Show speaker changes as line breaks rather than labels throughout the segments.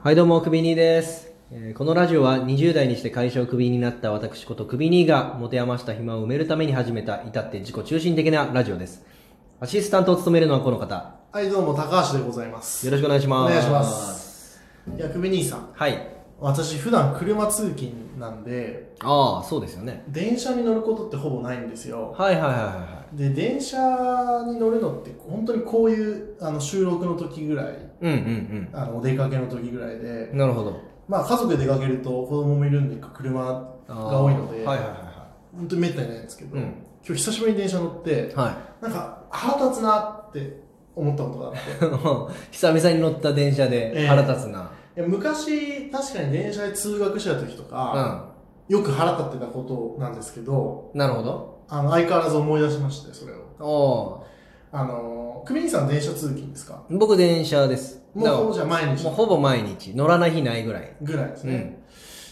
はいどうも、クビニーです。えーこのラジオは20代にして会社をクビになった私ことクビニーが持て余した暇を埋めるために始めた至って自己中心的なラジオです。アシスタントを務めるのはこの方。
はい、どうも、高橋でございます。
よろしくお願いし
お
ます。
願いしま。す。薬味兄さん、
はい。
私、普段車通勤なんで、
ああ、そうですよね。
電車に乗ることってほぼないんですよ。
はいはいはいは
で、電車に乗るのって、本当にこういうあの収録の時ぐらい、
い。うんうん
あのお出かけの時ぐらいで
うん。、なるほど。
まあ、家族で出かけると子供もいるんで、車
あ
が
ー
多いので、
はいはいは
本当にめったにないんですけど、
うん
今日久しぶりに電車乗って
い、はい。はい。
なんか腹立つなって思ったことがあっ て。
久々に乗った電車で腹立つな。
いや昔確かに電車で通学してた時とか、よく腹立ってたことなんですけど
うん。なるほど。
あの相変わらず思い出しましてそれを
お
あのクミンさん電車通勤ですか
ー僕電車です。だから
もうじゃあ毎日
もうほぼ毎日。乗らない日ないぐらい。
ぐらいです
う
ね、
ん。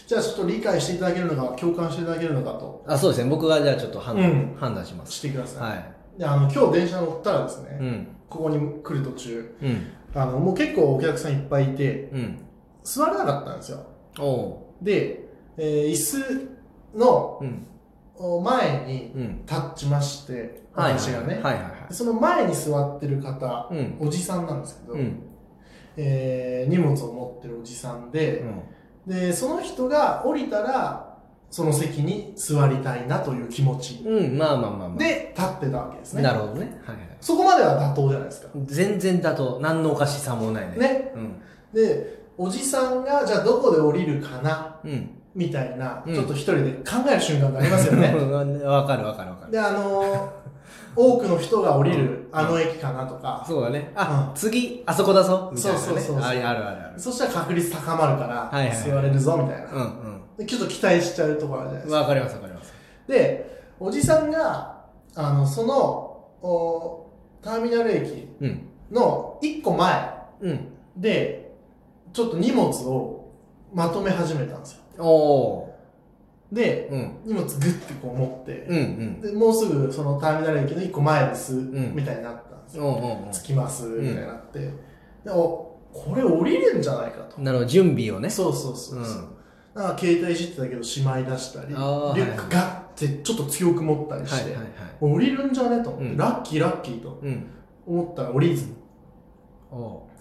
じゃあちょっと理解していただけるのか共感していただけるのかと
あ、そうですね。僕がじゃあちょっと判断、
うん
判断します。
してください、
は
であの今日電車乗ったらですね、
い。うん。
ここに来る途中
うん。
あのもう結構お客さんいっぱいいて
うん。
座れなかったんですよ
お
で、えー椅子の
う。うん。
お前に
うん。
立ちまして
はい。
私がね、
はいはいはい。
その前に座ってる方、
うん。
おじさんなんですけど、
うん。
えー荷物を持ってるおじさん
う
で,、
ん
でその人が降りたらその席に座りたいなという気持ち
うん。まあまあまあまあ。
で立ってたわけですね
なるほどね。はいはい。
そこまでは妥当じゃないですか
全然だと、何のおかしさもないね。。
ね
うん。
でおじさんがじゃあどこで降りるかな
うん。
みたいな、
うん
ちょっと一人で考える瞬間がありますよね
わかるわかるわかる。
であのー多くの人が降りるあの駅かなとか、
そうだね。あ、
うん
次、あそこだぞ。みたいなね
そうそうそうそう
ありあるあるある。
そしたら確率高まるか
はいは
ら
い
座れるぞみたいな、
うん
でちょっと期待しちゃうところあるじゃな
う
いです
ん。
か
わかりますわかります。
でおじさんがあのそのおターミナル駅
うん。
の1個前
うん。
でちょっと荷物をまとめ始めたんですよ
おー。
で
うん。
荷物グッてこう持って
う、ん
でもうすぐそのターミナル駅の1個前です、
ん
みたいになったんです
うん。
よ
おーおーお
着きますみたいになって、でおこれ降りるんじゃないかと
ー。なるほど、準備をね。
そうそうそうそう、
ん。
なんか携帯いじってたけどしまい出したりリュ
あー
ックガッてちょっと強く持ったり
はい
し
は
て、
いはい。
降りるんじゃねと思って、
うん
ラッキーラッキーと
うん。
思ったら降りず
お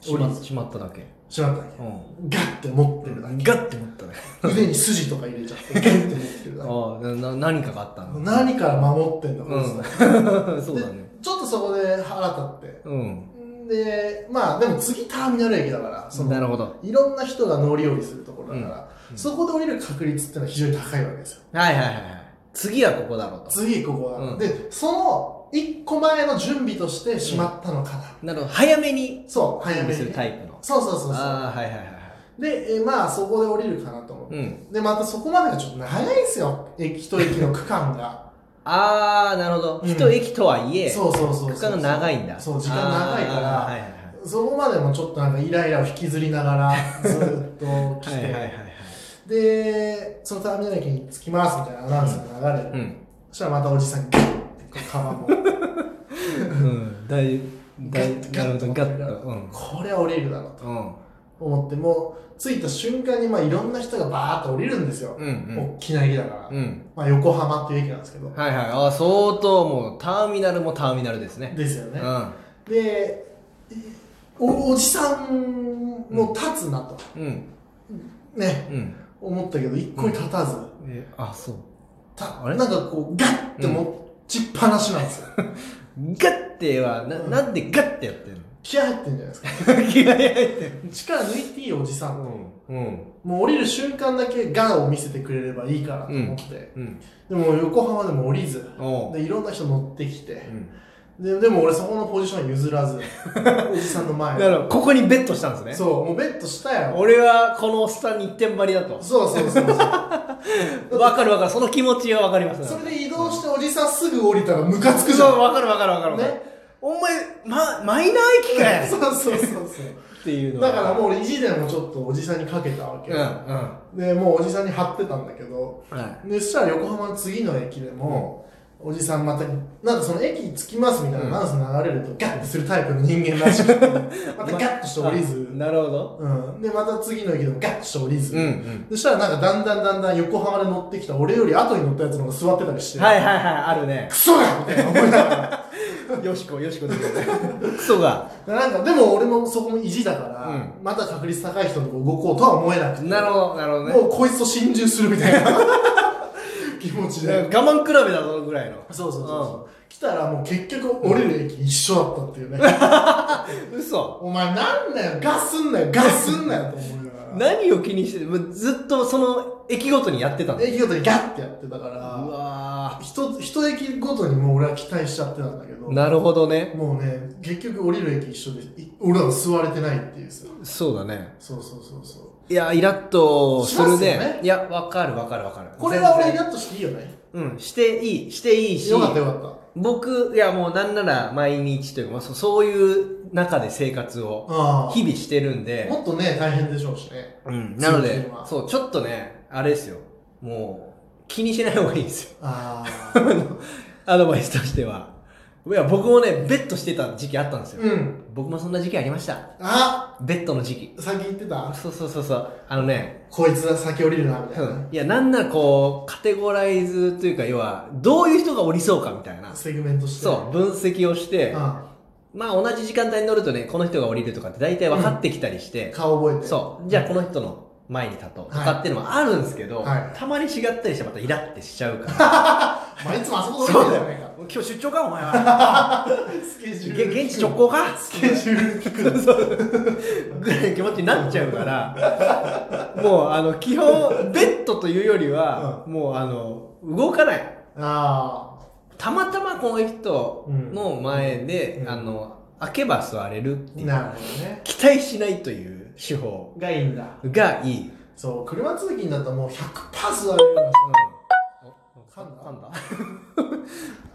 降り
しまっただけ。
しまっただけ
う
ガッて持ってるだけ
ガッて持っただけ。
腕に筋とか入れちゃってガッて持ってるだけ
ああ、な、何かがあったの
何から守ってんだこいつだけ
うん。 そうだね。
ちょっとそこで腹立って
うん。
でまあでも次ターミナル駅だからそ
なる
の
ほど。
いろんな人が乗り降りするところだから、
うん
そこで降りる確率っていうのは非常に高いわけですよ
はいはいはいはい。次はここだろうと。
次ここだ、
うん
でその1個前の準備としてしまったのかな、
なるほど。早めに
そう早
準
め
備する
にそう
タイプの。
そうそうそう
ああ、はいはいはいは
で、えーまあそこで降りるかなと思って
い。うん。
で、またそこまでがちょっと長いんですよ。駅と駅の区間が。
ああ、なるほど。
うん
一駅と はいえ、
そうそうそうそう。
区間が長いんだ。
そう、時間長いか
あーはい
ら、
はいはい。
そこまでもちょっとなんかイライラを引きずりなが ら、ずっと来
はいはいはい
て、
はい。
で、そのターミナル駅に着きますみたいなアナウンスが流れ
う
る。
ん。
そしたらまたおじさんが、こうカバンを、
うん。だい、だい、なるほど、ガ
ガッ
ッ
と
と。うん。
これは降りるだろうと
うん。
思って、もう着いた瞬間にまあいろんな人がバーッと降りるんですよ。
うん
大きな駅だから
うん。。うん。
まあ横浜っていう駅なんですけど。
はいはい。あー相当もう、ターミナルもターミナルですね。
ですよね。
うん。
でおおじさんも立つなと、
うん。
ね
うん。
思ったけど一向に立たず、
え、あ、そう。
た
あれ
なんかこうガッて持ちっぱなしなんですよ、
ガッては、な、
うん
なんでガッてやってんの
気合入ってんじゃないですか
気合入ってん
力抜いていいおじさん、
うん。うん。
もう降りる瞬間だけガを見せてくれればいいからと思って、
うん。
でも横浜でも降りず
おう。
でいろんな人乗ってきて
うん
ででも俺そこのポジションは譲 らずおじさんの前
だ
に
から、ここにベットしたんですね。
そうもうベッドしたよ
俺は、このおっさんに一点張りだと。
そうそうそうそう
わかるわかる。その気持ちはわかります。
それで移動しておじさんすぐ降りたらムカつくじゃん
そう、わかるわかるわかるわかる。
ね
お前、ま、マイナー駅かよ
そうそうそうそ
っていう
う
のは
だからもう俺意地でもちょっとおじさんにかけたわけ、
うん、うん。
でもうおじさんに張ってたんだけど
はい。
でそしたら横浜の次の駅でも、おじさんまた、なんかその駅着きますみたいなアナウンス流れると、ガッとするタイプの人間ら しくて、またガッとして降りず、
あなるほど。
うん。で、また次の駅でもガッとして降りず、
うんうん。
そしたらなんかだんだんだんだん横浜で乗ってきた俺より後に乗ったやつの方が座ってたりして、
はいはいはい、あるね
ク。ソだみたいな思いながら。
よしこ、よしこですよね。クソが。
なんか、でも俺もそこも意地だから、
う
また確率高い人のとこ動こうとは思えなくて。
なるほど、なるほどね。
もうこいつと心中するみた いな気持ちで。
我慢比べだぞぐらいの。
そうそうそうそう、来たらもう結局降りる駅一緒だったっていう ね。
嘘。
お前なんだよ、ガスんなよ、ガスんなよと思いながら。
何を気にして、もうずっとその駅ごとにやってたの。
駅ごとにガッてやってたか
う
ら、
わ
一一駅ごとにもう俺は期待しちゃってたんだけど、
ーなるほどね。
もうね、結局降りる駅一緒で、い俺らは座れてないっていうさ。
そうだね。
そうそうそうそう。
いや、イラッとする
しますよ
ね
ね。
いや、わかるわかるわかる。
これは俺イ
全然
ラッとしていいよね。
うん、していい、していいし
よ、かったよかった。
僕、いやもうなんなら毎日というか、まあ、そそういう中で生活を
あ
日々してるん
あ
で、
もっとね、大変でしょうしね。
うん、なの
通
で
勤、は
そう、ちょっとね、あれですよ。もう、気にしない方がいいですよ。
ああ。
アドバイスとしては。いや、僕もね、ベッドしてた時期あったんですよ。
うん。
僕もそんな時期ありました。
あ
ベッドの時期。
先言ってた
そうそうそうそう。あのね、
こいつは先降りるな、みたいな。
いや、なんならこう、カテゴライズというか、要は、どういう人が降りそうかみたいな、
セグメントして。
そう、分析をして、
あ
まあ同じ時間帯に乗るとね、この人が降りるとかって大体分かってきたりして、
顔覚えて。
そう、じゃあこの人の前に立とうとかっていうのもあるんですけど、
はい
たまに違ったりしてまたイラってしちゃうから、
まあ、いつもあそこで降りてるじゃないか。
今日出張かお前は。
スケジュール。
げ現地直行か
スケジュール聞くの。
ぐらいの気持ちになっちゃうから、 もうあの、基本、ベッドというよりは、もうあの、動かない。
あ
たまたまこの人の前で、
うん
あの開けば座れるっ
あ。
ていう
なるほどね。
期待しないという手法
がいいんだ。
がいい、
そう、車通勤だったらもう100%座れるように
噛
噛
ん
ん
だ
だ
噛んだ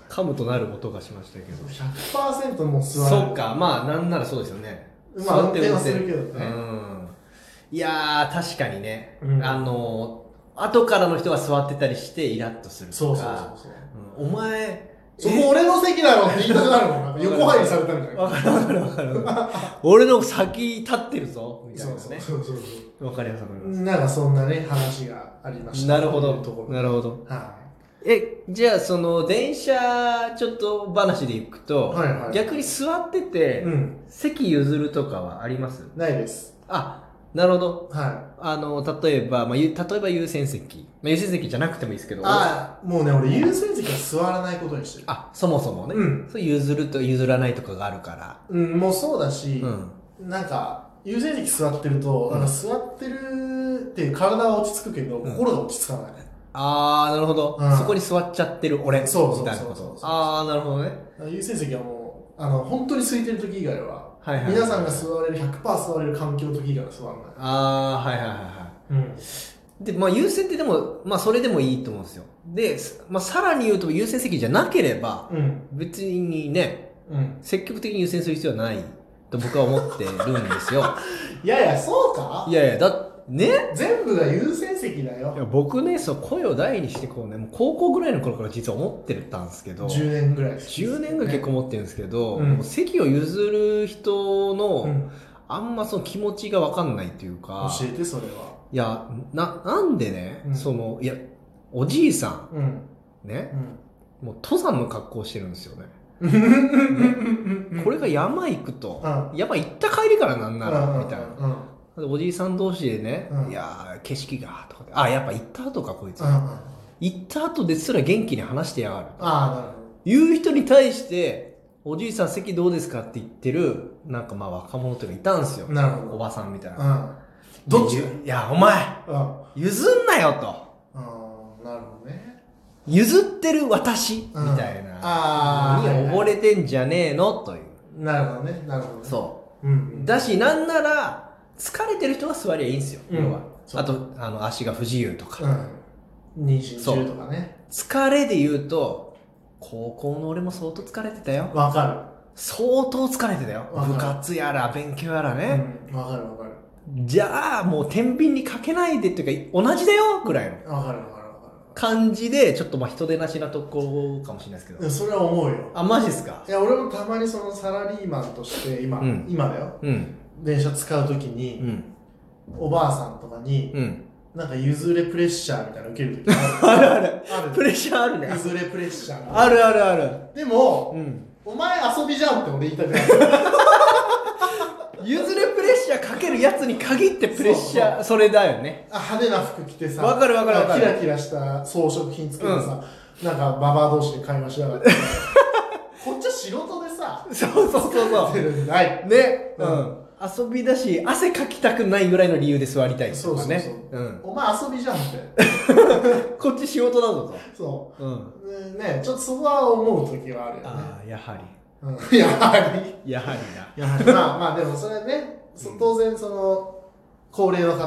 噛むとなる音がしましたけど
100%もう座れる。
そっ。かまあなんならそうですよね
まあ
座って運
運転はするけどね
うんいやー確かにね、
うん
あの後からの人が座ってたりしてイラッとするとか
そうそうそうそう。
うんお前
そこ俺の席だろって言いたくなるもん。なんか横入りされたみたいな。
わかるわかるわかる俺の先立ってるぞみたい
そ
な
うそう
ね
そうそう。
わかりますわかりま
なんかそんなね、話がありまし
す
た。
なるほ
というとこ
ど
ろ。
なるほど
は
えじゃあその電車ちょっと話でいくと、
はいはい
逆に座ってて、
い。うん。
席譲るとかはあります
ないです。
あなるほど
は
あの例えば、まあ、ゆ例えば優先席、まあ、優先席じゃなくてもいいですけ
い。
ど
ああ、もうね、俺優先席は座らないことにしてる。
あそもそもね、
うん
そう譲ると譲らないとかがあるか
うん、もうそうだ
ら
し、
うん
なんか、優先席座ってる
う
と、
ん
なんか座ってるっていう体は落ち着くけど、
うん
心が落ち着かない。
あーなるほど、
うん
そこに座っちゃってる俺
そうそうそう
みたいなこと
そうそうそう
ああなるほどね
優先席はもう、あの、本当に空いてる時以外は、
はいはい
皆さんが座れる、100%座れる環境の時以外は座らない。
ああはいはいはいは
うん。
いでまあ優先ってでもまあそれでもいいと思うんですよで、まあ、さらに言うと優先席じゃなければ
うん。
別にね
うん。
積極的に優先する必要はないと僕は思ってるんですよ
いやいや、そうか
いやいやだね
全部が優先席だよ
い。や僕ねそう声を大にしてこうねもう高校ぐらいの頃から実は思ってたんですけど
10年ぐらいです。
10年ぐらい結構思ってるんですけど、
うん
もう席を譲る人の、
うん
あんまその気持ちが分かんないというか、
教えて、それは。
いや、な、なんでね、
うん
その、いや、おじいさ
うん。
ん、ね、
うん。
もう登山の格好をしてるんですよね。 こ
こ
れが山行く
う
と
ん、うん
山行った帰りからなんなら、
うん
みたいな。
うん
でおじいさん同士でね、
うん
いやー、景色が、とかで、あ、やっぱ行った後か、こいつ。
うんうん
行った後ですら元気に話してやがる。
ああなるほ
いう人に対して、おじいさん席どうですかって言ってる、なんかまあ若者というかいたんですよ
ど。なるほ
お
ど
ばさんみたいな。
うんどっち
いや、お前、
うんあ
譲んなよと。
あなるほどね
譲ってる私み
うん
たいな、
ああ
に溺れてんじゃねえのという
なるほどねなるほどね
そ
うんうん
うだしなんなら疲れてる人は座りゃいいんですよ、
うん
要は
そう
あとあの足が不自由とか、
うん
そう
2010とかね
疲れで言うと高校の俺も相当疲れてたよ
わか
相当疲れてたよ
わかる
部活やら勉強やら
る
ね、
うんわかるわかる
じゃあもう天秤にかけないでっていうか同じだよぐらいの
わかるわかるわかるわ
感じで、ちょっとまあ人出なしなとこかもしれないですけ
い
ど
や。それは思うよ
あ、マジっすか
いや俺もたまにそのサラリーマンとして今、
うん
今だよ
うん。
電車使う時
う
に、
ん。
おばあさんとかに、
うん。
なんか譲れプレッシャーみたいなの受ける時 あ
あるある。
るある
プレッシャーあるね。
譲れプレッシャーが
あるあるある。
でも、
うん。
お前遊びじゃんって俺言いたくない
譲れプレッシャーかけるやつに限ってプレッシャー、それだよね。
あ派手な服着てさ
わかるわかるわかる
キラキラした装飾品つけてさ、なんかババア同士で会話しながらこっちは仕事でさ
そうそうそうそ。
出るんだいう
ね、う。
うん
遊びだし、汗かきたくないぐらいの理由で座りたい
そ
と
う
か
そうそう、
ね。うん。
お前遊びじゃんって
こっち仕事だぞと。
そ
うん。
うねちょっとそこは思う時はあるよね
ああ、やは
うんやはり
り。やはりな。
やはりまあまあでもそれね、そ当然その高齢の方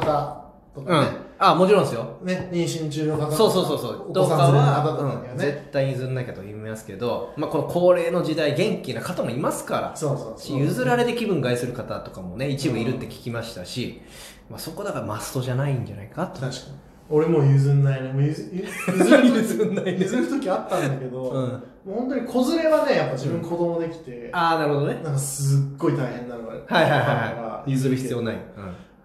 と
う
かね
ん、。あ、もちろんですよ。
ね妊娠中の方とか
そうそうそうそう。
お
ど
子
うか
さん連れの方と
は
か、には
うん、
ね、
絶対譲んなきゃと言いますけど、まあこの高齢の時代、元気な方もいますから。
そうそう
し
そう
譲られて気分害する方とかもね一部いるって聞きましたし、まあ、そこだからマストじゃないんじゃないかと
確かに俺もう譲んないねもう譲譲る
譲んないね
譲る時あったんだけど、
う
も
ん、
う本当に子連れはねやっぱ自分子供できて、
ああなるほどね
なんかすっごい大変なのが
はいはい
だか
は
ら
い譲る必要ない、
も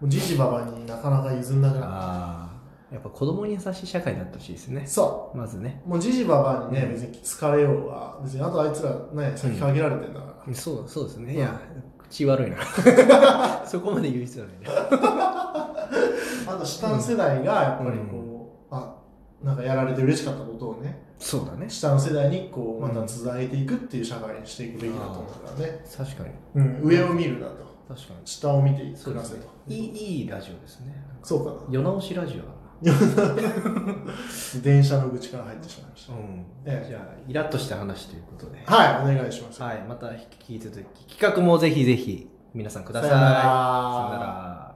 うじじばばになかなか譲んなくなっ
ああやっぱ子供に優しい社会になってほしいですね
たそ
まずね
うもうじじばばにね、
うん
別に疲れようが別にあとあいつらね先限られてんだから、
そうそうですね、
う
い
ん
や口悪いな そこまで言う必要ないね
あと下の世代がやっぱりこう、あなんかやられて嬉しかったことをね
そうだね
下の世代にこう
う
ま
ん
たつなげていくっていう社会にしていくべきだと思うからね、
確かに
うん、上を見るなと
確かに
下を見てい
そう
く
で
な
す
せ
ね
と
いいいいラジオですね
そうかな
世直しラジオだな
電車の愚痴から入ってしまいました、
うん、
ええ
じゃあイラッとした話ということで
はいお願いします、
はい、また聞いていただき、企画もぜひぜひ皆さんください。
さよなら
さよなら